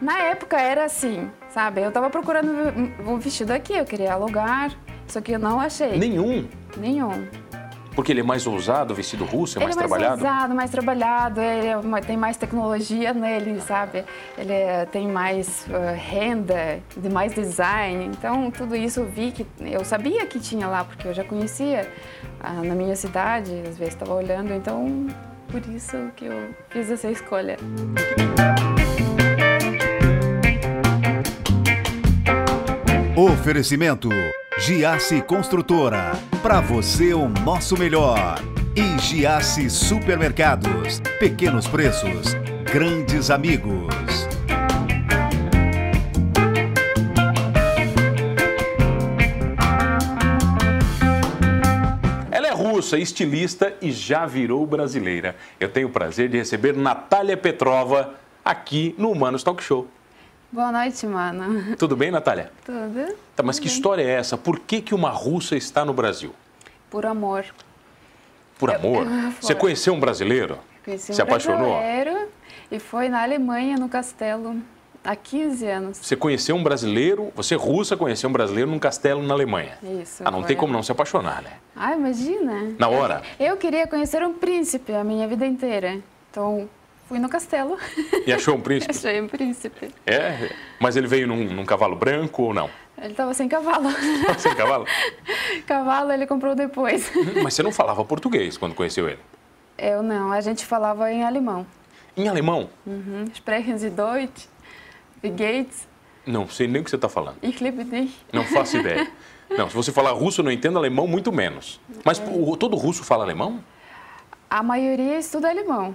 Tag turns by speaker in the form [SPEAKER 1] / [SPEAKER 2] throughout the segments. [SPEAKER 1] Na época era assim, sabe? Eu tava procurando um vestido aqui, eu queria alugar, só que eu não achei.
[SPEAKER 2] Nenhum.
[SPEAKER 1] Nenhum.
[SPEAKER 2] Porque ele é mais ousado, o vestido russo, é mais
[SPEAKER 1] ele é mais
[SPEAKER 2] trabalhado.
[SPEAKER 1] ousado, mais trabalhado, ele é uma- tem mais tecnologia nele, sabe? Ele é- tem mais eh, renda, de mais design. Então, tudo isso eu vi que eu sabia que tinha lá, porque eu já conhecia ah, na minha cidade, às vezes estava olhando. Então, por isso que eu fiz essa escolha.
[SPEAKER 3] Oferecimento Giasse Construtora. Para você o nosso melhor. E Giasse Supermercados. Pequenos preços, grandes amigos.
[SPEAKER 2] Ela é russa, estilista e já virou brasileira. Eu tenho o prazer de receber Natália Petrova aqui no Humanos Talk Show.
[SPEAKER 1] Boa noite, mano.
[SPEAKER 2] Tudo bem, Natália?
[SPEAKER 1] Tudo
[SPEAKER 2] Tá, mas que história é essa? Por que, que uma russa está no Brasil?
[SPEAKER 1] por amor.
[SPEAKER 2] Por amor?
[SPEAKER 1] eu-
[SPEAKER 2] Você conheceu um brasileiro?
[SPEAKER 1] Conheci um
[SPEAKER 2] Se apaixonou?
[SPEAKER 1] brasileiro e foi na Alemanha, no castelo, há 15 anos.
[SPEAKER 2] Você conheceu um brasileiro, você russa conheceu um brasileiro num castelo na Alemanha.
[SPEAKER 1] Isso,
[SPEAKER 2] Ah, não
[SPEAKER 1] foi
[SPEAKER 2] tem como não se apaixonar, né?
[SPEAKER 1] Ah, imagina.
[SPEAKER 2] Na hora.
[SPEAKER 1] Eu queria conhecer um príncipe a minha vida inteira. Então, fui no castelo.
[SPEAKER 2] E achou um príncipe?
[SPEAKER 1] Achei um príncipe.
[SPEAKER 2] É, mas ele veio num, num cavalo branco ou não?
[SPEAKER 1] Ele tava sem cavalo.
[SPEAKER 2] Sem cavalo?
[SPEAKER 1] cavalo ele comprou depois.
[SPEAKER 2] Mas você não falava português quando conheceu ele.
[SPEAKER 1] Eu não, a gente falava em alemão.
[SPEAKER 2] Em alemão?
[SPEAKER 1] Uhum. Sprechen Sie Deutsch? Wie geht's?
[SPEAKER 2] Não sei nem o que você está falando.
[SPEAKER 1] Ich liebe dich.
[SPEAKER 2] Não faço ideia. Não, se você falar russo, eu não entendo alemão, muito menos. Mas o- todo russo fala alemão?
[SPEAKER 1] A maioria estuda alemão.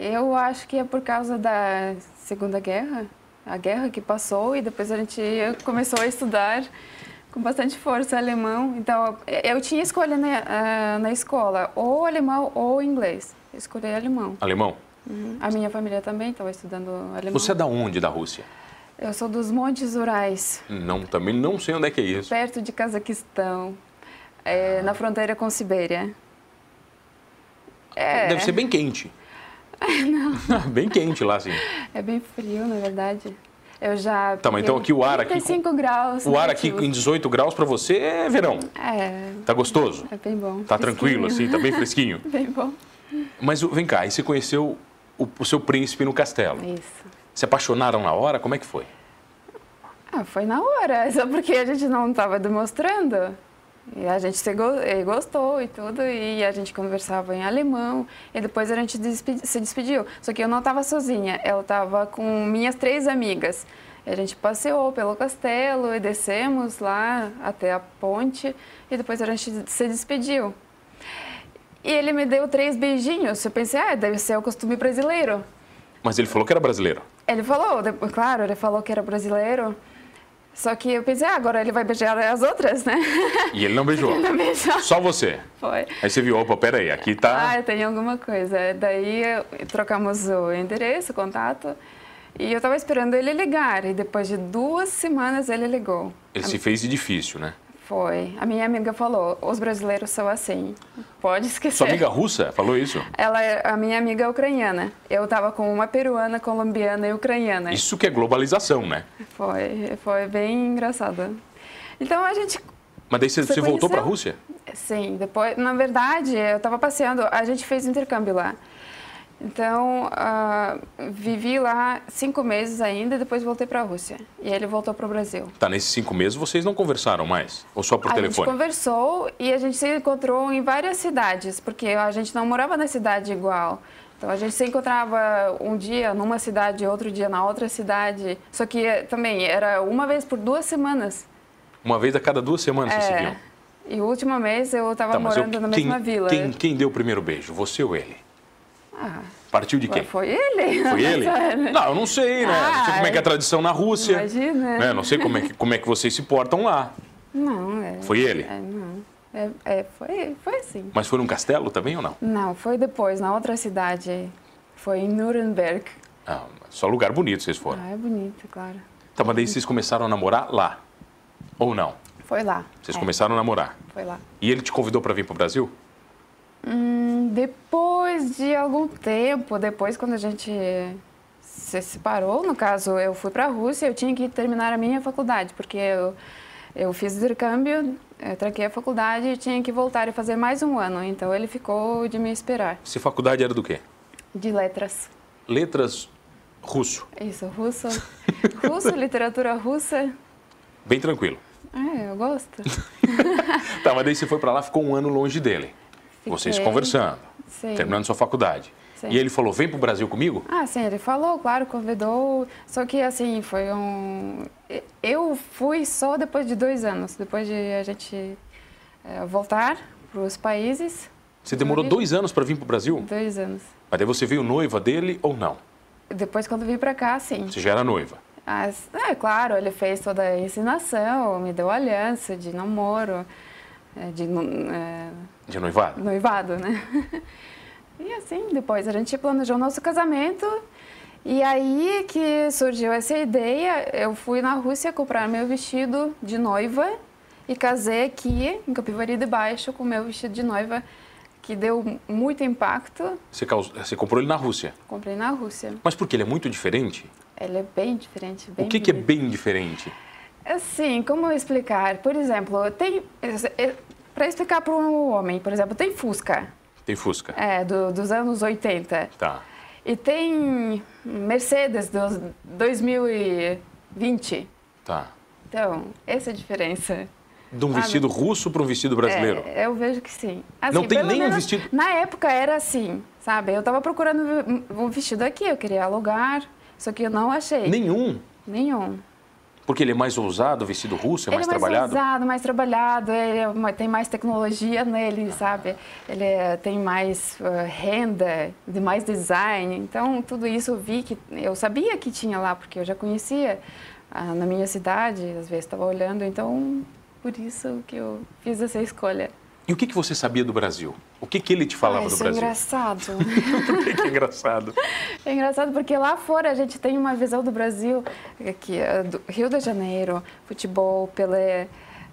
[SPEAKER 1] Eu acho que é por causa da Segunda Guerra, a guerra que passou e depois a gente começou a estudar com bastante força alemão. Então, eu tinha escolha né, ah, na escola, ou alemão ou inglês. Eu Escolhi alemão.
[SPEAKER 2] Alemão?
[SPEAKER 1] Uhum. A minha família também estava estudando alemão.
[SPEAKER 2] Você é da onde, da Rússia?
[SPEAKER 1] Eu sou dos Montes Urais,
[SPEAKER 2] Não, também não sei onde é que é isso.
[SPEAKER 1] perto de Cazaquistão, eh, na fronteira com Sibéria. É,
[SPEAKER 2] Deve ser bem quente. Não. bem quente lá, assim.
[SPEAKER 1] É bem frio, na verdade. Eu já.
[SPEAKER 2] Tá, mas
[SPEAKER 1] peguei
[SPEAKER 2] então aqui o ar aqui com-
[SPEAKER 1] 35 graus.
[SPEAKER 2] O ar aqui
[SPEAKER 1] negativos.
[SPEAKER 2] em 18 graus para você é verão.
[SPEAKER 1] É,
[SPEAKER 2] Tá gostoso?
[SPEAKER 1] é bem bom.
[SPEAKER 2] Tá tranquilo,
[SPEAKER 1] Fresquinho.
[SPEAKER 2] assim, tá bem fresquinho.
[SPEAKER 1] Bem bom.
[SPEAKER 2] Mas o- vem cá, e você conheceu o, o seu príncipe no castelo?
[SPEAKER 1] Isso.
[SPEAKER 2] Se apaixonaram na hora? Como é que foi?
[SPEAKER 1] Ah, foi na hora, só porque a gente não estava demonstrando. E a gente se go- eh, gostou e tudo, e a gente conversava em alemão, e depois a gente despe- se despediu. Só que eu não estava sozinha, eu estava com minhas três amigas. E a gente passeou pelo castelo e descemos lá até a ponte, e depois a gente se despediu. E ele me deu três beijinhos, eu pensei, ah, deve ser o costume brasileiro.
[SPEAKER 2] Mas ele falou que era brasileiro.
[SPEAKER 1] Ele falou, de- claro, ele falou que era brasileiro. Só que eu pensei, ah, agora ele vai beijar as outras, né?
[SPEAKER 2] E ele não beijou.
[SPEAKER 1] Não beijou.
[SPEAKER 2] Só você.
[SPEAKER 1] Foi.
[SPEAKER 2] Aí você viu, opa, peraí, aqui tá.
[SPEAKER 1] Ah, tem alguma coisa. Daí eu- trocamos o endereço, o contato. E eu tava esperando ele ligar. E depois de duas semanas ele ligou.
[SPEAKER 2] Ele se fez de difícil, né?
[SPEAKER 1] Foi. A minha amiga falou, os brasileiros são assim. Pode esquecer.
[SPEAKER 2] Sua amiga russa falou isso?
[SPEAKER 1] Ela, é- a minha amiga é ucraniana. Eu tava com uma peruana, colombiana e ucraniana.
[SPEAKER 2] Isso que é globalização, né?
[SPEAKER 1] Foi, foi bem engraçado. Então a gente
[SPEAKER 2] Mas daí você,
[SPEAKER 1] Você
[SPEAKER 2] você voltou
[SPEAKER 1] conheceu?
[SPEAKER 2] pra Rússia?
[SPEAKER 1] Sim, depois, na verdade, eu estava passeando, a gente fez intercâmbio lá. Então, ah, vivi lá cinco meses ainda, e depois voltei para a Rússia. E ele voltou para o Brasil.
[SPEAKER 2] Tá, nesses cinco meses vocês não conversaram mais? Ou só por
[SPEAKER 1] a gente
[SPEAKER 2] telefone?
[SPEAKER 1] conversou e a gente se encontrou em várias cidades, porque a gente não morava na cidade igual. Então, a gente se encontrava um dia numa cidade, outro dia na outra cidade. Só que eh, também era uma vez por duas semanas.
[SPEAKER 2] Uma vez a cada duas semanas vocês se
[SPEAKER 1] É,
[SPEAKER 2] viam?
[SPEAKER 1] e o último mês eu estava
[SPEAKER 2] Tá, mas eu-
[SPEAKER 1] morando na
[SPEAKER 2] quem-
[SPEAKER 1] mesma vila.
[SPEAKER 2] Quem, quem deu o primeiro beijo? Você ou ele?
[SPEAKER 1] Ah.
[SPEAKER 2] Partiu de quem?
[SPEAKER 1] Foi ele?
[SPEAKER 2] Foi ele? Não, eu não sei, né? não sei como é que é a tradição na Rússia.
[SPEAKER 1] Ah, Imagina.
[SPEAKER 2] Né? Não sei como é, que, como é que vocês se portam lá.
[SPEAKER 1] Não, é.
[SPEAKER 2] Foi ele?
[SPEAKER 1] é, não. É, é, foi, foi assim.
[SPEAKER 2] Mas foi num castelo também ou não?
[SPEAKER 1] Não, foi depois, na outra cidade. Foi em Nuremberg.
[SPEAKER 2] Ah, só lugar bonito vocês foram.
[SPEAKER 1] Ah, é bonito, claro.
[SPEAKER 2] Tá, mas daí vocês começaram a namorar lá? Ou não?
[SPEAKER 1] Foi lá.
[SPEAKER 2] Vocês
[SPEAKER 1] É,
[SPEAKER 2] começaram a namorar.
[SPEAKER 1] Foi lá.
[SPEAKER 2] E ele te convidou pra vir pro Brasil?
[SPEAKER 1] Hum, Depois de algum tempo, depois quando a gente se separou. No caso, eu fui para a Rússia, eu tinha que terminar a minha faculdade, porque eu, eu fiz intercâmbio, eu tranquei a faculdade e tinha que voltar e fazer mais um ano. Então, ele ficou de me esperar.
[SPEAKER 2] Se faculdade era do quê?
[SPEAKER 1] De letras.
[SPEAKER 2] Letras russo.
[SPEAKER 1] Isso, russo. Russo, literatura russa.
[SPEAKER 2] Bem tranquilo.
[SPEAKER 1] É, eu gosto.
[SPEAKER 2] Tá, mas daí você foi pra lá, ficou um ano longe dele. Vocês
[SPEAKER 1] Fiquei.
[SPEAKER 2] conversando,
[SPEAKER 1] Sim.
[SPEAKER 2] terminando sua faculdade.
[SPEAKER 1] Sim.
[SPEAKER 2] E ele falou: vem pro Brasil comigo?
[SPEAKER 1] Ah, sim, ele falou, claro, convidou. Só que, assim, foi um. Eu fui só depois de dois anos, depois de a gente eh, voltar para os países.
[SPEAKER 2] Você demorou
[SPEAKER 1] Sim.
[SPEAKER 2] dois anos pra vir pro Brasil?
[SPEAKER 1] Dois anos.
[SPEAKER 2] Mas daí você veio noiva dele ou não?
[SPEAKER 1] Depois, quando vim para cá, sim.
[SPEAKER 2] Você já era noiva.
[SPEAKER 1] As- é claro, ele fez toda a ensinação, me deu aliança de namoro, eh, de nu- eh,
[SPEAKER 2] De noivado?
[SPEAKER 1] noivado, né? E assim, depois a gente planejou o nosso casamento. E aí que surgiu essa ideia, eu fui na Rússia comprar meu vestido de noiva e casei aqui em Capivari de Baixo com meu vestido de noiva, que deu muito impacto.
[SPEAKER 2] Você, caus- você comprou ele na Rússia.
[SPEAKER 1] Comprei na Rússia.
[SPEAKER 2] Mas por que ele é muito diferente?
[SPEAKER 1] Ele é bem diferente, bem
[SPEAKER 2] o que, que é
[SPEAKER 1] bonito.
[SPEAKER 2] bem diferente?
[SPEAKER 1] Assim, como eu explicar? Por exemplo, tem. Para explicar para um homem, por exemplo, tem Fusca,
[SPEAKER 2] Tem Fusca.
[SPEAKER 1] é, do- dos anos 80.
[SPEAKER 2] Tá.
[SPEAKER 1] E tem Mercedes dos 2020.
[SPEAKER 2] Tá.
[SPEAKER 1] Então, essa é a diferença.
[SPEAKER 2] De um
[SPEAKER 1] Sabe?
[SPEAKER 2] vestido russo para um vestido brasileiro.
[SPEAKER 1] Ah, É, eu vejo que sim. Assim,
[SPEAKER 2] Não tem
[SPEAKER 1] pelo
[SPEAKER 2] nem um
[SPEAKER 1] menos
[SPEAKER 2] vestido-
[SPEAKER 1] Na época era assim, sabe? Eu tava procurando um vestido aqui, eu queria alugar, só que eu não achei.
[SPEAKER 2] Nenhum.
[SPEAKER 1] Nenhum.
[SPEAKER 2] Porque ele é mais ousado, o vestido russo é mais
[SPEAKER 1] ele é mais
[SPEAKER 2] trabalhado.
[SPEAKER 1] ousado, mais trabalhado, ele é uma- tem mais tecnologia nele,
[SPEAKER 2] Tá.
[SPEAKER 1] sabe? Ele é- tem mais eh, renda, de mais design. Então, tudo isso eu vi que eu sabia que tinha lá, porque eu já conhecia ah, na minha cidade, às vezes estava olhando. Então, por isso que eu fiz essa escolha.
[SPEAKER 2] E o que, que você sabia do Brasil? O que, que ele te falava
[SPEAKER 1] Ah,
[SPEAKER 2] do
[SPEAKER 1] isso é
[SPEAKER 2] Brasil?
[SPEAKER 1] engraçado.
[SPEAKER 2] Por que, que é engraçado?
[SPEAKER 1] É engraçado porque lá fora a gente tem uma visão do Brasil eh, que é do Rio de Janeiro, futebol, Pelé,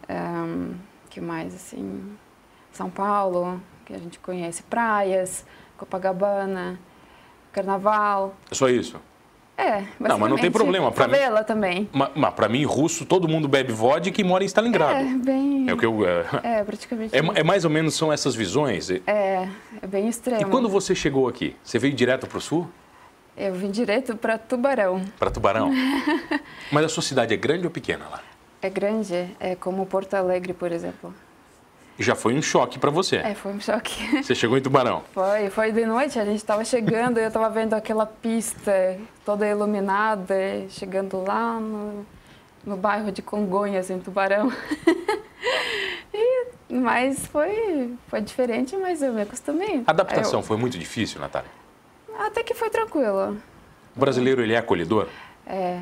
[SPEAKER 1] ehm, que mais assim, São Paulo, que a gente conhece, praias, Copacabana, Carnaval.
[SPEAKER 2] É só isso.
[SPEAKER 1] É,
[SPEAKER 2] Não, mas não tem
[SPEAKER 1] basicamente,
[SPEAKER 2] problema, pra mim-
[SPEAKER 1] Favela também.
[SPEAKER 2] Mas, mas para mim, russo, todo mundo bebe vodka e mora em
[SPEAKER 1] É,
[SPEAKER 2] Stalingrado.
[SPEAKER 1] bem.
[SPEAKER 2] É, o que eu. É,
[SPEAKER 1] É, praticamente.
[SPEAKER 2] é
[SPEAKER 1] isso.
[SPEAKER 2] ma- é mais ou menos são essas visões. E,
[SPEAKER 1] É, é bem extremo.
[SPEAKER 2] e quando você chegou aqui? Você veio direto para o sul?
[SPEAKER 1] Eu vim direto para Tubarão.
[SPEAKER 2] Para Tubarão? mas a sua cidade é grande ou pequena lá?
[SPEAKER 1] É grande, é como Porto Alegre, por exemplo.
[SPEAKER 2] E já foi um choque para você.
[SPEAKER 1] É, foi um choque.
[SPEAKER 2] Você chegou em Tubarão.
[SPEAKER 1] Foi, foi de noite, a gente estava chegando, eu estava vendo aquela pista toda iluminada, chegando lá no, no bairro de Congonhas, em Tubarão. E- mas foi, foi diferente, mas eu me acostumei.
[SPEAKER 2] A adaptação foi muito difícil, Natália?
[SPEAKER 1] Eu- até que foi tranquilo.
[SPEAKER 2] O brasileiro, ele é acolhedor?
[SPEAKER 1] É,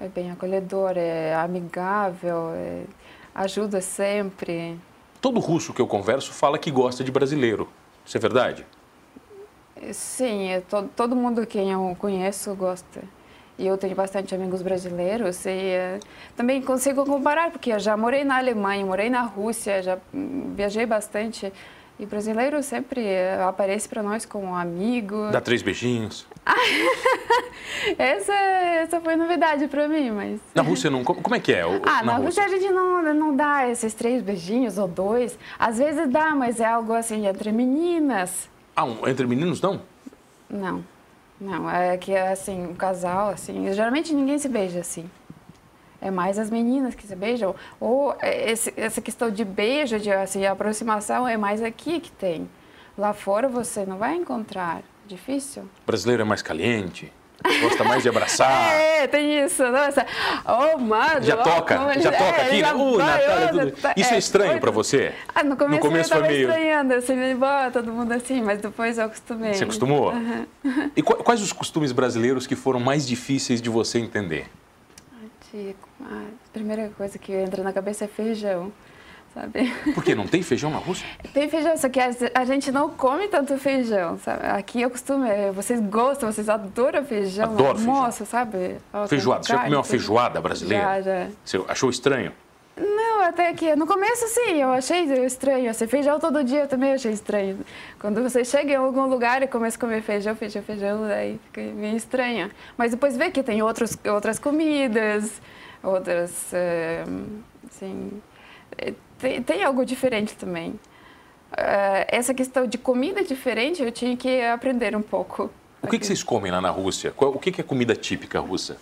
[SPEAKER 1] é bem acolhedor, é amigável, é- ajuda sempre.
[SPEAKER 2] Todo russo que eu converso fala que gosta de brasileiro. Isso é verdade?
[SPEAKER 1] Sim, é to todo mundo que eu conheço gosta. E eu tenho bastante amigos brasileiros e eh, também consigo comparar, porque eu já morei na Alemanha, morei na Rússia, já hum, viajei bastante. E brasileiro sempre eh, aparece para nós como amigo.
[SPEAKER 2] Dá três beijinhos.
[SPEAKER 1] Essa, essa foi novidade para mim, mas...
[SPEAKER 2] Na Rússia não. Como como é que é? o-
[SPEAKER 1] Ah, na, Rússia a gente não, não dá esses três beijinhos ou dois. Às vezes dá, mas é algo assim entre meninas.
[SPEAKER 2] Ah, um- entre meninos não?
[SPEAKER 1] Não. Não, é que assim, o casal, assim, geralmente ninguém se beija assim. É mais as meninas que se beijam. Ou é, esse- essa questão de beijo, de assim, aproximação, é mais aqui que tem. Lá fora você não vai encontrar. Difícil?
[SPEAKER 2] O brasileiro é mais caliente, gosta mais de abraçar.
[SPEAKER 1] É, tem isso. Nossa. Oh, mano.
[SPEAKER 2] Ah. Já
[SPEAKER 1] ó,
[SPEAKER 2] toca,
[SPEAKER 1] como ele-
[SPEAKER 2] já
[SPEAKER 1] é,
[SPEAKER 2] toca
[SPEAKER 1] ele
[SPEAKER 2] aqui.
[SPEAKER 1] já
[SPEAKER 2] Uh,
[SPEAKER 1] vai,
[SPEAKER 2] Natália,
[SPEAKER 1] ó,
[SPEAKER 2] tudo-
[SPEAKER 1] tá-
[SPEAKER 2] Isso é estranho
[SPEAKER 1] foi-
[SPEAKER 2] pra você?
[SPEAKER 1] Ah, no começo,
[SPEAKER 2] começo foi
[SPEAKER 1] eu tava
[SPEAKER 2] meio-
[SPEAKER 1] estranhando, assim, meio, "Bah, todo mundo assim, mas depois eu acostumei.
[SPEAKER 2] Você acostumou? E qua- quais os costumes brasileiros que foram mais difíceis de você entender?
[SPEAKER 1] Tico, ah, a primeira coisa que entra na cabeça é feijão, sabe?
[SPEAKER 2] Porque não tem feijão na Rússia?
[SPEAKER 1] Tem feijão, só que a, a gente não come tanto feijão, sabe? Aqui eu costumo, é, vocês gostam, vocês adoram feijão,
[SPEAKER 2] Adoro feijão.
[SPEAKER 1] almoço, sabe? Ó, com
[SPEAKER 2] Feijoada. Você já
[SPEAKER 1] carne,
[SPEAKER 2] comeu uma
[SPEAKER 1] tudo.
[SPEAKER 2] feijoada brasileira?
[SPEAKER 1] né? Já, já.
[SPEAKER 2] Você achou estranho?
[SPEAKER 1] Não, até que no começo sim, eu achei estranho. Assim, feijão todo dia eu também achei estranho. Quando você chega em algum lugar e começa a comer feijão, feijão, feijão, aí fica meio estranha. Mas depois vê que tem outros, outras comidas, outras. eh, Assim, eh, tem, tem algo diferente também. Eh, Essa questão de comida diferente eu tinha que aprender um pouco.
[SPEAKER 2] O que, que vocês comem lá na Rússia? Qual- o que, que é comida típica russa?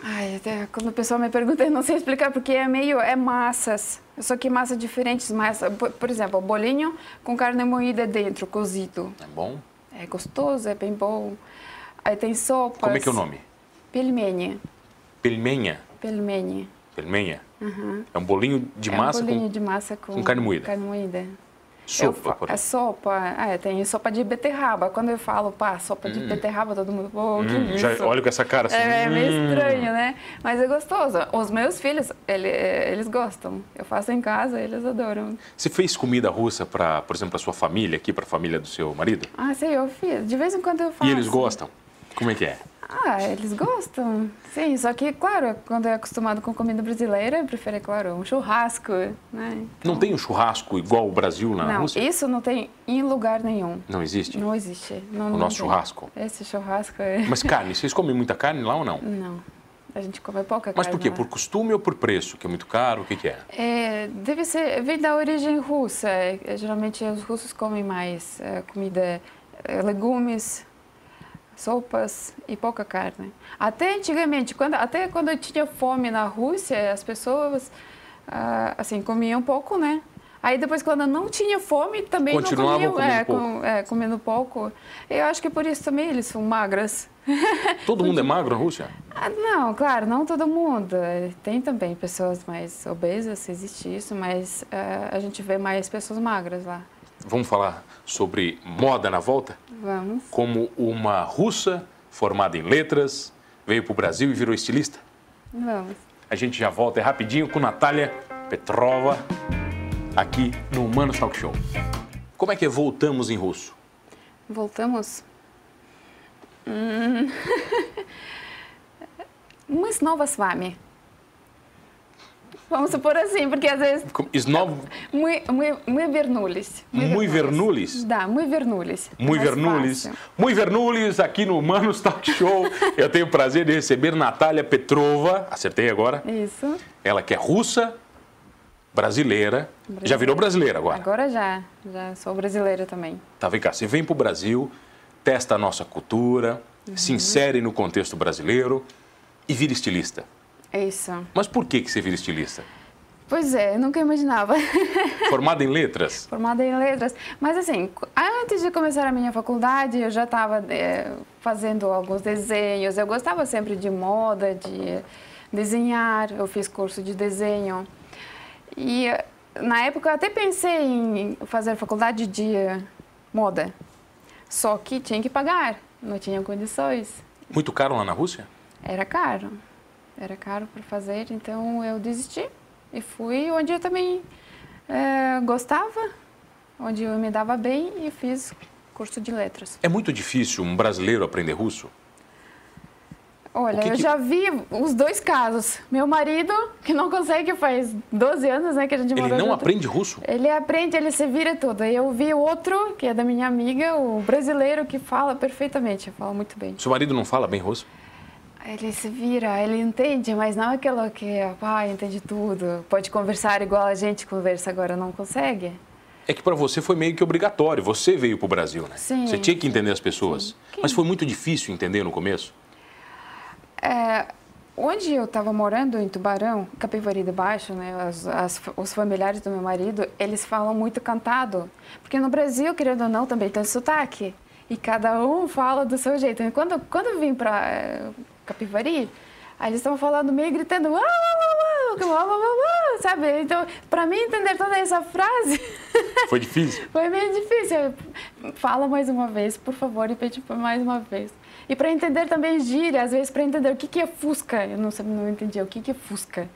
[SPEAKER 1] Ai, até quando o pessoal me pergunta, eu não sei explicar, porque é meio, é massas, só que massa diferentes, massa, por, por exemplo, bolinho com carne moída dentro, cozido,
[SPEAKER 2] É bom?
[SPEAKER 1] é gostoso, é bem bom, aí tem sopas.
[SPEAKER 2] Como é que é o nome?
[SPEAKER 1] Pelmeni,
[SPEAKER 2] Pelmenha.
[SPEAKER 1] pelmeni,
[SPEAKER 2] Pelmenha? É um bolinho de massa
[SPEAKER 1] Uhum. é um bolinho
[SPEAKER 2] com
[SPEAKER 1] de massa com,
[SPEAKER 2] com carne moída.
[SPEAKER 1] Carne moída. Eu
[SPEAKER 2] sopa.
[SPEAKER 1] fa-
[SPEAKER 2] por
[SPEAKER 1] é
[SPEAKER 2] exemplo.
[SPEAKER 1] sopa, ah, é, tem sopa de beterraba, quando eu falo, pá, sopa de beterraba, todo mundo, pô, que
[SPEAKER 2] Hum,
[SPEAKER 1] isso?
[SPEAKER 2] já olho com essa cara assim.
[SPEAKER 1] É, é meio
[SPEAKER 2] hum.
[SPEAKER 1] estranho, né? Mas é gostoso. Os meus filhos, ele- eles gostam. Eu faço em casa, eles adoram.
[SPEAKER 2] Você fez comida russa para, por exemplo, para sua família aqui, para a família do seu marido?
[SPEAKER 1] Ah, sim, eu fiz. De vez em quando eu faço.
[SPEAKER 2] E eles gostam? Como é que é?
[SPEAKER 1] Ah, eles gostam. Sim, só que, claro, quando é acostumado com comida brasileira, prefere, claro, um churrasco, né?
[SPEAKER 2] Não tem um churrasco igual o Brasil lá na
[SPEAKER 1] Não,
[SPEAKER 2] Rússia?
[SPEAKER 1] isso não tem em lugar nenhum.
[SPEAKER 2] Ah, Não existe?
[SPEAKER 1] Não existe. Não,
[SPEAKER 2] O
[SPEAKER 1] não
[SPEAKER 2] nosso
[SPEAKER 1] tem.
[SPEAKER 2] churrasco.
[SPEAKER 1] Esse churrasco é...
[SPEAKER 2] Mas carne, vocês comem muita carne lá ou não?
[SPEAKER 1] Não. A gente come pouca
[SPEAKER 2] Mas
[SPEAKER 1] carne né?
[SPEAKER 2] por quê?
[SPEAKER 1] lá.
[SPEAKER 2] Por costume ou por preço? Que é muito caro? O que, que é?
[SPEAKER 1] É, deve ser, vem da origem russa. É, é, Geralmente os russos comem mais é, comida, é, legumes, sopas e pouca carne. Até antigamente, quando, até quando eu tinha fome na Rússia, as pessoas ah, assim comiam pouco, né? Aí depois quando eu não tinha fome também não
[SPEAKER 2] Continuavam
[SPEAKER 1] comiam,
[SPEAKER 2] comendo
[SPEAKER 1] é,
[SPEAKER 2] pouco.
[SPEAKER 1] é, comendo pouco. Eu acho que é por isso também eles são magras.
[SPEAKER 2] Todo mundo é magro na Rússia?
[SPEAKER 1] Ah, não, claro, não todo mundo. Eh, Tem também pessoas mais obesas, existe isso, mas eh, a gente vê mais pessoas magras lá.
[SPEAKER 2] Vamos falar sobre moda na volta?
[SPEAKER 1] Vamos.
[SPEAKER 2] Como uma russa formada em letras veio para o Brasil e virou estilista?
[SPEAKER 1] Vamos.
[SPEAKER 2] A gente já volta é rapidinho com Natália Petrova aqui no Humanos Talk Show. Como é que é voltamos em russo?
[SPEAKER 1] Voltamos. Hum. Мы снова с вами. Vamos supor assim, porque às vezes
[SPEAKER 2] Como- Iznov
[SPEAKER 1] мы, мы, мы вернулись.
[SPEAKER 2] Мы вернулись?
[SPEAKER 1] Да, мы вернулись.
[SPEAKER 2] Mui
[SPEAKER 1] É Mais
[SPEAKER 2] Vernulis.
[SPEAKER 1] fácil.
[SPEAKER 2] Mui Vernulis, aqui no Humanos Talk Show. Eu tenho o prazer de receber Natália Petrova, acertei agora.
[SPEAKER 1] Isso.
[SPEAKER 2] Ela que é russa, brasileira, já virou brasileira agora.
[SPEAKER 1] Agora já, já sou brasileira também.
[SPEAKER 2] Tá, vem cá, você vem pro Brasil, testa a nossa cultura, se insere no contexto brasileiro e vira estilista.
[SPEAKER 1] É isso.
[SPEAKER 2] Mas por que, que você vira estilista?
[SPEAKER 1] Pois é, eu nunca imaginava.
[SPEAKER 2] Formada em letras?
[SPEAKER 1] Formada em letras. Mas assim, antes de começar a minha faculdade, eu já estava fazendo alguns desenhos. Eu gostava sempre de moda, de desenhar. Eu fiz curso de desenho. E eh, na época eu até pensei em fazer faculdade de eh, moda. Só que tinha que pagar, não tinha condições.
[SPEAKER 2] Muito caro lá na Rússia?
[SPEAKER 1] Era caro. Era caro para fazer, então eu desisti e fui onde eu também eh, gostava, onde eu me dava bem e fiz curso de letras.
[SPEAKER 2] É muito difícil um brasileiro aprender russo? O
[SPEAKER 1] Olha,
[SPEAKER 2] que
[SPEAKER 1] eu
[SPEAKER 2] que-
[SPEAKER 1] já vi os dois casos. Meu marido, que não consegue faz 12 anos né, que a gente
[SPEAKER 2] Ele
[SPEAKER 1] morou
[SPEAKER 2] não
[SPEAKER 1] junto.
[SPEAKER 2] aprende russo?
[SPEAKER 1] Ele aprende, ele se vira tudo. E eu vi outro, que é da minha amiga, o brasileiro, que fala perfeitamente, fala muito bem.
[SPEAKER 2] Seu marido não fala bem russo?
[SPEAKER 1] Ele se vira, ele entende, mas não é aquilo que, pá, entende tudo, pode conversar igual a gente conversa agora, não consegue.
[SPEAKER 2] É que para você foi meio que obrigatório. Você veio para o Brasil, né?
[SPEAKER 1] Sim,
[SPEAKER 2] Você tinha que entender as pessoas. Mas foi muito difícil entender no começo.
[SPEAKER 1] É, onde eu estava morando, em Tubarão, Capivari de Baixo, né, as- as- os familiares do meu marido, eles falam muito cantado. Porque no Brasil, querendo ou não, também tem sotaque. E cada um fala do seu jeito. E quando, quando eu vim para Capivari, aí eles estavam falando meio gritando, uau, uau, uau, uau, uau, uau, uau", sabe? Então, para mim entender toda essa frase, É.
[SPEAKER 2] Foi difícil.
[SPEAKER 1] Foi meio difícil. Fala mais uma vez, por favor, repete por mais uma vez. E para entender também gíria, às vezes para entender o que que é fusca, eu não sabia, não entendia o que que é fusca.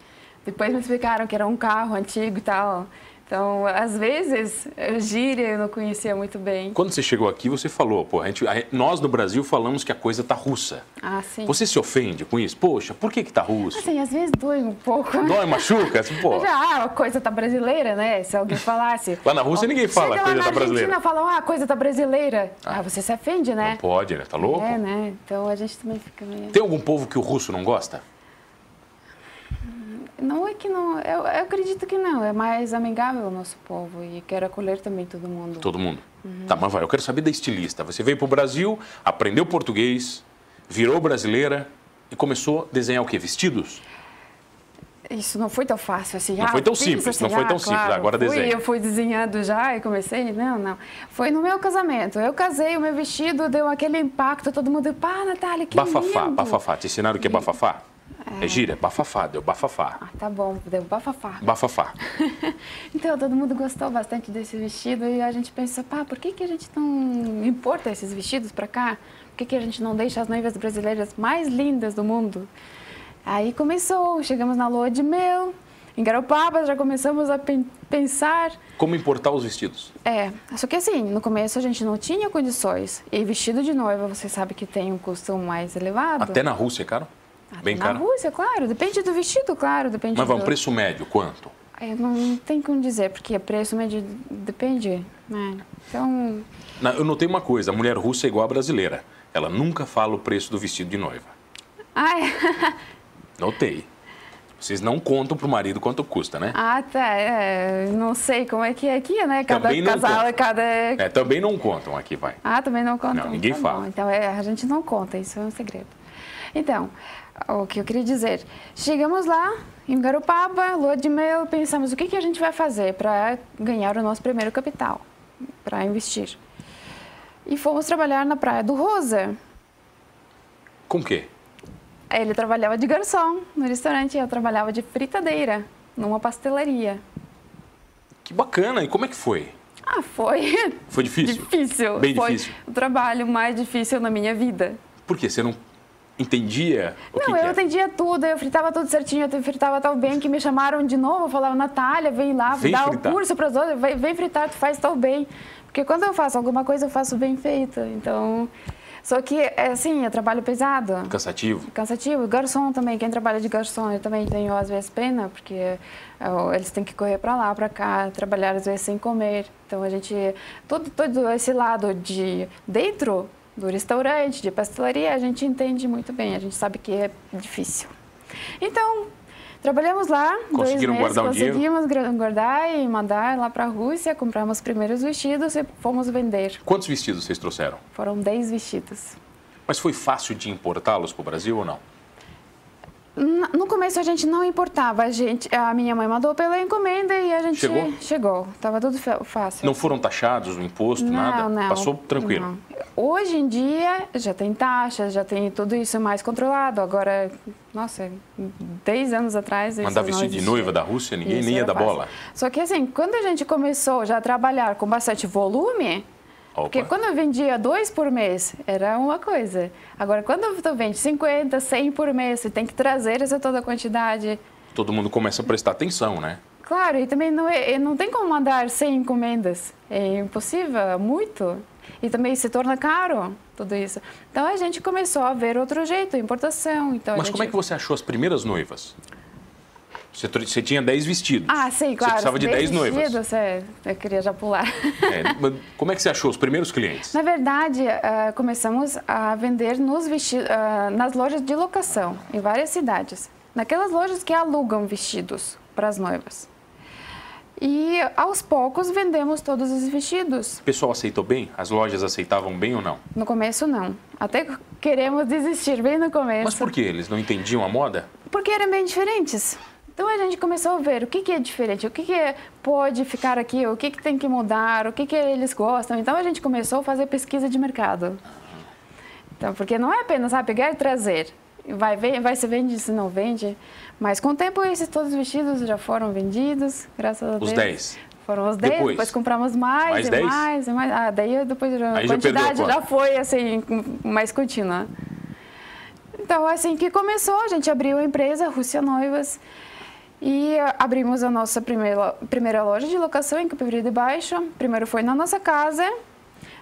[SPEAKER 1] Depois me explicaram que era um carro antigo e tal. Então, às vezes, eu gíria eu não conhecia muito bem.
[SPEAKER 2] Quando você chegou aqui, você falou, pô, a gente, a- nós no Brasil falamos que a coisa tá russa.
[SPEAKER 1] Ah, sim.
[SPEAKER 2] Você se ofende com isso? Poxa, por que que tá russo?
[SPEAKER 1] Assim, às vezes dói um pouco. né?
[SPEAKER 2] Dói, machuca? Assim, Pô,
[SPEAKER 1] Mas, ah, a coisa tá brasileira, né? Se alguém falasse.
[SPEAKER 2] Lá na Rússia
[SPEAKER 1] Ó,
[SPEAKER 2] ninguém fala,
[SPEAKER 1] chega
[SPEAKER 2] "Coisa
[SPEAKER 1] lá
[SPEAKER 2] tá
[SPEAKER 1] na
[SPEAKER 2] brasileira."
[SPEAKER 1] Argentina falam, ah, a coisa tá brasileira. Ah, você se ofende, né?
[SPEAKER 2] não pode, né? Tá louco?
[SPEAKER 1] É, né? Então a gente também fica meio.
[SPEAKER 2] Tem algum povo que o russo não gosta?
[SPEAKER 1] Não é que não. Eu, eu acredito que não. É mais amigável o nosso povo e quero acolher também todo mundo.
[SPEAKER 2] Todo mundo.
[SPEAKER 1] Uhum.
[SPEAKER 2] Tá, mas vai, eu quero saber da estilista. Você veio pro Brasil, aprendeu português, virou brasileira e começou a desenhar o quê? Vestidos?
[SPEAKER 1] Isso não foi tão fácil assim.
[SPEAKER 2] Não
[SPEAKER 1] ah,
[SPEAKER 2] foi tão
[SPEAKER 1] fiz,
[SPEAKER 2] simples,
[SPEAKER 1] assim,
[SPEAKER 2] não foi
[SPEAKER 1] ah,
[SPEAKER 2] tão simples,
[SPEAKER 1] claro,
[SPEAKER 2] agora
[SPEAKER 1] fui,
[SPEAKER 2] desenha.
[SPEAKER 1] Eu fui desenhando já e comecei. Não, não. Foi no meu casamento. Eu casei, o meu vestido deu aquele impacto. Todo mundo, pá, Natália, que
[SPEAKER 2] bafafá,
[SPEAKER 1] lindo.
[SPEAKER 2] bafafá. Te ensinaram o que é bafafá? É, gíria? Bafafá, deu bafafá.
[SPEAKER 1] Ah, tá bom, deu bafafá.
[SPEAKER 2] Bafafá.
[SPEAKER 1] então, todo mundo gostou bastante desse vestido e a gente pensou, pá, por que, que a gente não importa esses vestidos pra cá? Por que, que a gente não deixa as noivas brasileiras mais lindas do mundo? Aí começou, chegamos na lua de mel, em Garopaba já começamos a pen- pensar
[SPEAKER 2] Como importar os vestidos?
[SPEAKER 1] é, só que assim, no começo a gente não tinha condições. E vestido de noiva, você sabe que tem um custo mais elevado.
[SPEAKER 2] Até na Rússia é caro?
[SPEAKER 1] Até
[SPEAKER 2] Bem
[SPEAKER 1] na
[SPEAKER 2] caro?
[SPEAKER 1] Rússia, claro. Depende do vestido, claro. Depende
[SPEAKER 2] Mas vai, um
[SPEAKER 1] do...
[SPEAKER 2] preço médio, quanto?
[SPEAKER 1] Ah, Eu não tenho como dizer, porque preço médio depende, né? Então,
[SPEAKER 2] Na- eu notei uma coisa, a mulher russa é igual a brasileira. Ela nunca fala o preço do vestido de noiva.
[SPEAKER 1] ah, é.
[SPEAKER 2] Notei. Vocês não contam pro marido quanto custa, né?
[SPEAKER 1] ah, tá, é, não sei como é que é aqui, né? Cada
[SPEAKER 2] Também não
[SPEAKER 1] casal,
[SPEAKER 2] conta.
[SPEAKER 1] cada...
[SPEAKER 2] É, também não contam aqui, vai.
[SPEAKER 1] Ah, também não conta?
[SPEAKER 2] Não, ninguém
[SPEAKER 1] Tá
[SPEAKER 2] fala.
[SPEAKER 1] bom. Então, é, a gente não conta, isso é um segredo. Então, o que eu queria dizer, chegamos lá, em Garopaba, lua de mel, pensamos o que, que a gente vai fazer para ganhar o nosso primeiro capital, para investir. E fomos trabalhar na Praia do Rosa,
[SPEAKER 2] Com o quê?
[SPEAKER 1] Aí Ele trabalhava de garçom no restaurante, eu trabalhava de fritadeira numa pastelaria.
[SPEAKER 2] Que bacana, e como é que foi?
[SPEAKER 1] Ah, foi
[SPEAKER 2] Foi difícil?
[SPEAKER 1] difícil.
[SPEAKER 2] Bem
[SPEAKER 1] foi
[SPEAKER 2] difícil.
[SPEAKER 1] o trabalho mais difícil na minha vida.
[SPEAKER 2] Por quê? Você não entendia o que,
[SPEAKER 1] Não,
[SPEAKER 2] que é?
[SPEAKER 1] eu
[SPEAKER 2] era?
[SPEAKER 1] entendia tudo, eu fritava tudo certinho, eu fritava tão bem que me chamaram de novo, falavam, Natália, vem lá,
[SPEAKER 2] Vem
[SPEAKER 1] dá
[SPEAKER 2] fritar.
[SPEAKER 1] o curso para os outros, vem, vem fritar, tu faz tão bem. Porque quando eu faço alguma coisa, eu faço bem feito. Então, só que, é assim, é trabalho pesado.
[SPEAKER 2] Cansativo?
[SPEAKER 1] cansativo. Garçom também, quem trabalha de garçom, eu também tenho às vezes pena, porque eh, eles têm que correr para lá, para cá, trabalhar às vezes sem comer. Então a gente, todo, todo esse lado de dentro do restaurante, de pastelaria, a gente entende muito bem, a gente sabe que é difícil. Então, trabalhamos lá, dois
[SPEAKER 2] Conseguiram
[SPEAKER 1] meses,
[SPEAKER 2] guardar o dinheiro?
[SPEAKER 1] conseguimos gra- guardar e mandar lá para a Rússia, compramos os primeiros vestidos e fomos vender.
[SPEAKER 2] Quantos vestidos vocês trouxeram?
[SPEAKER 1] Foram 10 vestidos.
[SPEAKER 2] Mas foi fácil de importá-los pro Brasil ou não?
[SPEAKER 1] Na- No começo a gente não importava, a gente, a minha mãe mandou pela encomenda e a gente
[SPEAKER 2] Chegou?
[SPEAKER 1] chegou. Tava tudo fa- fácil.
[SPEAKER 2] Não foram taxados o imposto, nada? Passou tranquilo?
[SPEAKER 1] não. Hoje em dia já tem taxas, já tem tudo isso mais controlado. Agora, nossa, 10 anos atrás isso
[SPEAKER 2] Mandar
[SPEAKER 1] não
[SPEAKER 2] vestido de
[SPEAKER 1] existia.
[SPEAKER 2] noiva da Rússia, ninguém
[SPEAKER 1] Isso
[SPEAKER 2] nem ia
[SPEAKER 1] era
[SPEAKER 2] dar
[SPEAKER 1] fácil.
[SPEAKER 2] bola.
[SPEAKER 1] Só que assim, quando a gente começou já a trabalhar com bastante volume,
[SPEAKER 2] Opa.
[SPEAKER 1] porque quando eu vendia dois por mês, era uma coisa. Agora, quando tu vende 50, 100 por mês, você tem que trazer essa toda quantidade.
[SPEAKER 2] Todo mundo começa a prestar atenção, né?
[SPEAKER 1] Claro, e também não, é, e não tem como mandar 100 encomendas. É impossível, é muito. E também se torna caro tudo isso. Então a gente começou a ver outro jeito, importação. Então a
[SPEAKER 2] Mas
[SPEAKER 1] gente-
[SPEAKER 2] como é que você achou as primeiras noivas? Você, tr- você tinha 10 vestidos.
[SPEAKER 1] Ah, sim, claro.
[SPEAKER 2] Você precisava de 10
[SPEAKER 1] desde
[SPEAKER 2] noivas.
[SPEAKER 1] cedo, cê- eu queria já pular.
[SPEAKER 2] É, mas como é que você achou os primeiros clientes?
[SPEAKER 1] Na verdade, eh, começamos a vender nos vesti- ah, nas lojas de locação, em várias cidades. Naquelas lojas que alugam vestidos para as noivas. E aos poucos vendemos todos os vestidos.
[SPEAKER 2] O pessoal aceitou bem? As lojas aceitavam bem ou não?
[SPEAKER 1] No começo, não. Até queremos desistir bem no começo.
[SPEAKER 2] Mas por que? Eles não entendiam a moda?
[SPEAKER 1] Porque eram bem diferentes. Então a gente começou a ver o que, que é diferente, o que, que é- pode ficar aqui, o que, que tem que mudar, o que, que eles gostam. Então a gente começou a fazer pesquisa de mercado. Então, porque não é apenas ah, pegar e trazer. Vai, ver, vai se vende, se não vende. Mas com o tempo, esses todos os vestidos já foram vendidos, graças a Deus.
[SPEAKER 2] Os 10.
[SPEAKER 1] Foram os 10,
[SPEAKER 2] Depois?
[SPEAKER 1] depois, compramos mais,
[SPEAKER 2] Mais
[SPEAKER 1] e
[SPEAKER 2] 10?
[SPEAKER 1] mais, e mais. Ah, daí eu depois a
[SPEAKER 2] Aí já perdeu a
[SPEAKER 1] quantidade já,
[SPEAKER 2] conta.
[SPEAKER 1] foi assim, mais contínua. Então, assim que começou, a gente abriu a empresa Rússia Noivas. E ah, abrimos a nossa primeira, primeira loja de locação em Campo Frio de Baixo. Primeiro foi na nossa casa,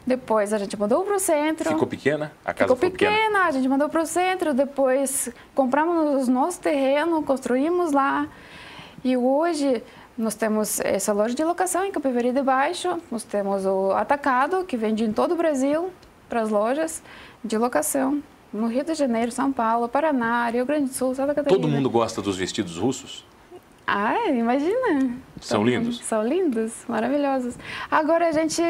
[SPEAKER 1] depois a gente mudou para o centro.
[SPEAKER 2] Ficou pequena? A casa
[SPEAKER 1] Então, Ficou
[SPEAKER 2] ficou,
[SPEAKER 1] pequena, a gente mandou para o centro, depois compramos o nosso terreno, construímos lá. E hoje nós temos essa loja de locação em Capivari de Baixo, nós temos o Atacado, que vende em todo o Brasil para as lojas de locação. No Rio de Janeiro, São Paulo, Paraná, Rio Grande do Sul, Santa Catarina.
[SPEAKER 2] Todo mundo gosta dos vestidos russos?
[SPEAKER 1] Ah, imagina.
[SPEAKER 2] Tá. São lindos?
[SPEAKER 1] São lindos, maravilhosos. Agora a gente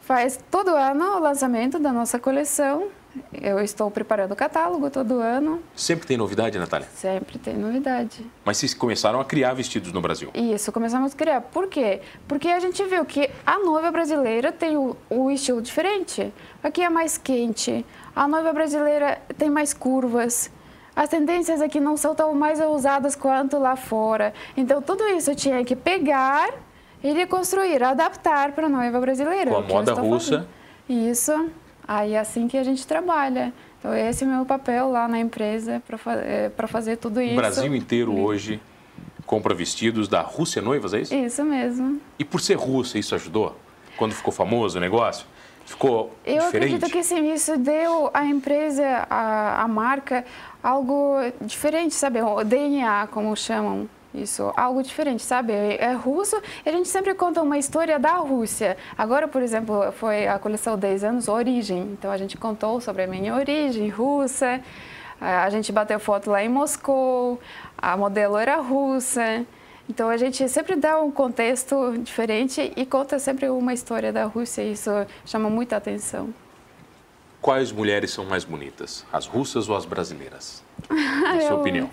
[SPEAKER 1] faz todo ano o lançamento da nossa coleção. Eu estou preparando o catálogo todo ano.
[SPEAKER 2] Sempre tem novidade, Natália.
[SPEAKER 1] Sempre tem novidade.
[SPEAKER 2] Mas vocês começaram a criar vestidos no Brasil.
[SPEAKER 1] E isso começamos a criar. Por quê? Porque a gente viu que a noiva brasileira tem o, o estilo diferente. Aqui é mais quente, a noiva brasileira tem mais curvas. As tendências aqui não são tão mais ousadas quanto lá fora. Então, tudo isso eu tinha que pegar e reconstruir, adaptar para a noiva brasileira. é
[SPEAKER 2] Com a
[SPEAKER 1] o que eu
[SPEAKER 2] moda
[SPEAKER 1] estou
[SPEAKER 2] russa.
[SPEAKER 1] fazendo. Isso. Aí é assim que a gente trabalha. Então, esse é o meu papel lá na empresa para fa eh, pra fazer tudo isso.
[SPEAKER 2] O Brasil inteiro hoje compra vestidos da Rússia Noivas, é isso?
[SPEAKER 1] Isso mesmo.
[SPEAKER 2] E por ser russa, isso ajudou? Quando ficou famoso o negócio? Ficou
[SPEAKER 1] Eu
[SPEAKER 2] diferente?
[SPEAKER 1] acredito que sim, isso deu à empresa, à, à marca, algo diferente, sabe? O DNA, como chamam isso, algo diferente, sabe? É russo e a gente sempre conta uma história da Rússia. Agora, por exemplo, foi a coleção 10 anos Origem, então a gente contou sobre a minha origem russa, a a gente bateu foto lá em Moscou, a modelo era russa. Então a gente sempre dá um contexto diferente e conta sempre uma história da Rússia e isso chama muita atenção.
[SPEAKER 2] Quais mulheres são mais bonitas? As russas ou as brasileiras? Na sua
[SPEAKER 1] eu-
[SPEAKER 2] opinião.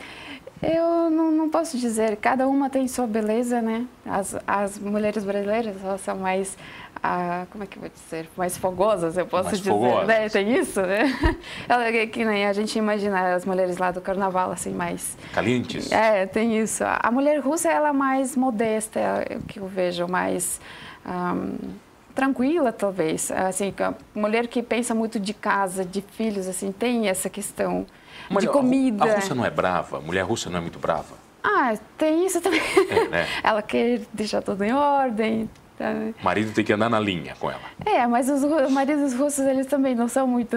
[SPEAKER 1] Eu não, não posso dizer, cada uma tem sua beleza, né? As, as mulheres brasileiras elas são mais, ah, como é que eu vou dizer, mais fogosas, eu posso
[SPEAKER 2] Mais
[SPEAKER 1] dizer,
[SPEAKER 2] fogosas.
[SPEAKER 1] né? Tem isso, né? Ela, que, que nem a gente imagina as mulheres lá do carnaval, assim, mais...
[SPEAKER 2] Calientes?
[SPEAKER 1] É, tem isso. A a mulher russa, ela é mais modesta, é o que eu vejo, mais ahm, tranquila, talvez. Assim, a mulher que pensa muito de casa, de filhos, assim, tem essa questão
[SPEAKER 2] Mas
[SPEAKER 1] de
[SPEAKER 2] a ru-
[SPEAKER 1] comida.
[SPEAKER 2] A russa não é brava, a mulher russa não é muito brava.
[SPEAKER 1] Ah, tem isso também.
[SPEAKER 2] É, né?
[SPEAKER 1] Ela quer deixar tudo em ordem. tá?
[SPEAKER 2] O marido tem que andar na linha com ela.
[SPEAKER 1] É, mas os ru- maridos russos, eles também não são muito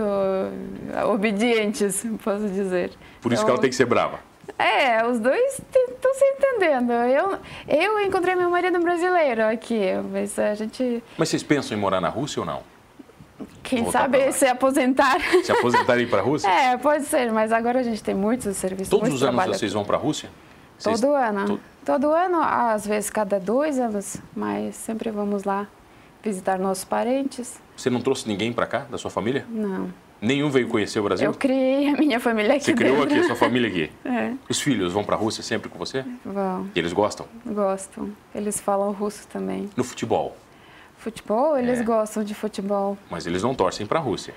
[SPEAKER 1] eh, obedientes, posso dizer.
[SPEAKER 2] Por isso que
[SPEAKER 1] Então-
[SPEAKER 2] ela tem que ser brava.
[SPEAKER 1] É, os dois estão se entendendo. Eu, eu encontrei meu marido brasileiro aqui, mas a gente,
[SPEAKER 2] Mas vocês pensam em morar na Rússia ou não?
[SPEAKER 1] quem
[SPEAKER 2] Voltar pra lá.
[SPEAKER 1] sabe, se aposentar.
[SPEAKER 2] Se aposentarem para a Rússia?
[SPEAKER 1] É, pode ser, mas agora a gente tem muitos serviços.
[SPEAKER 2] Todos
[SPEAKER 1] muito
[SPEAKER 2] os anos
[SPEAKER 1] trabalho
[SPEAKER 2] vocês
[SPEAKER 1] aqui.
[SPEAKER 2] vão para a Rússia? Vocês-
[SPEAKER 1] Todo ano. né?
[SPEAKER 2] to-
[SPEAKER 1] Todo ano, às vezes cada dois anos, mas sempre vamos lá visitar nossos parentes.
[SPEAKER 2] Você não trouxe ninguém para cá, da sua família?
[SPEAKER 1] Não.
[SPEAKER 2] Nenhum veio conhecer o Brasil?
[SPEAKER 1] Eu criei a minha família aqui
[SPEAKER 2] Você criou
[SPEAKER 1] dentro.
[SPEAKER 2] aqui, a sua família aqui.
[SPEAKER 1] É,
[SPEAKER 2] Os filhos vão para a Rússia sempre com você?
[SPEAKER 1] vão,
[SPEAKER 2] E eles gostam?
[SPEAKER 1] gostam. Eles falam russo também.
[SPEAKER 2] No futebol,
[SPEAKER 1] Futebol, eles
[SPEAKER 2] É.
[SPEAKER 1] gostam de futebol.
[SPEAKER 2] mas eles não torcem para a Rússia.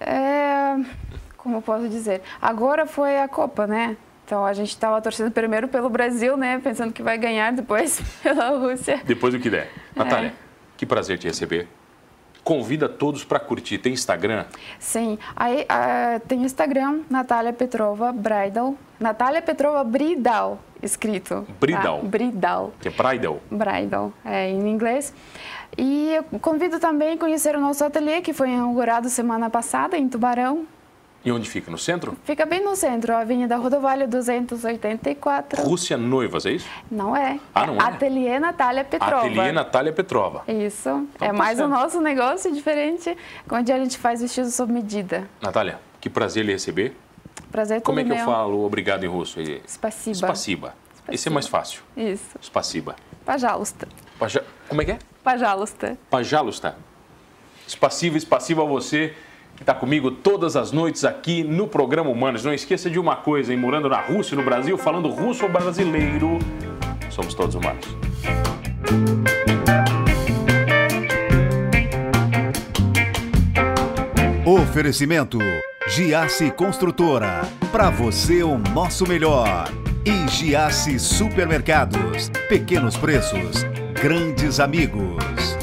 [SPEAKER 1] É, como eu posso dizer? Agora foi a Copa, né? Então a gente estava torcendo primeiro pelo Brasil, né? Pensando que vai ganhar, depois pela Rússia.
[SPEAKER 2] Depois do que der. Natália, que prazer te receber. Convida todos para curtir. Tem Instagram?
[SPEAKER 1] Sim, aí ah, tem Instagram, Natália Petrova Bridal. Natália Petrova Bridal, escrito. tá?
[SPEAKER 2] Bridal.
[SPEAKER 1] Bridal.
[SPEAKER 2] Que é Bridal.
[SPEAKER 1] Bridal, é, em inglês. E eu convido também a conhecer o nosso ateliê, que foi inaugurado semana passada em Tubarão.
[SPEAKER 2] E onde fica? No centro?
[SPEAKER 1] Fica bem no centro, Avenida Rodovalho 284.
[SPEAKER 2] Rússia Noivas, é isso?
[SPEAKER 1] Não é.
[SPEAKER 2] Ah, não é?
[SPEAKER 1] Ateliê Natália Petrova.
[SPEAKER 2] Ateliê Natália Petrova.
[SPEAKER 1] Isso.
[SPEAKER 2] tá
[SPEAKER 1] é mais
[SPEAKER 2] certo.
[SPEAKER 1] o nosso negócio diferente, onde a gente faz vestido sob medida.
[SPEAKER 2] Natália, que prazer lhe receber.
[SPEAKER 1] Prazer
[SPEAKER 2] Como é
[SPEAKER 1] todo
[SPEAKER 2] que eu
[SPEAKER 1] meu.
[SPEAKER 2] falo obrigado em russo? É-
[SPEAKER 1] Спасибо.
[SPEAKER 2] Spasiba. Esse é mais fácil.
[SPEAKER 1] Isso.
[SPEAKER 2] Spasiba.
[SPEAKER 1] Пожалуйста.
[SPEAKER 2] Paja- Como é que é?
[SPEAKER 1] Пожалуйста.
[SPEAKER 2] Pajalusta. tá? Espassiva, espassiva a você que está comigo todas as noites aqui no programa Humanos. Não esqueça de uma coisa, hein? Morando na Rússia, no Brasil, falando russo ou brasileiro, somos todos humanos.
[SPEAKER 3] Oferecimento Giasse Construtora. Para você o nosso melhor. E Giasse Supermercados. Pequenos preços, grandes amigos.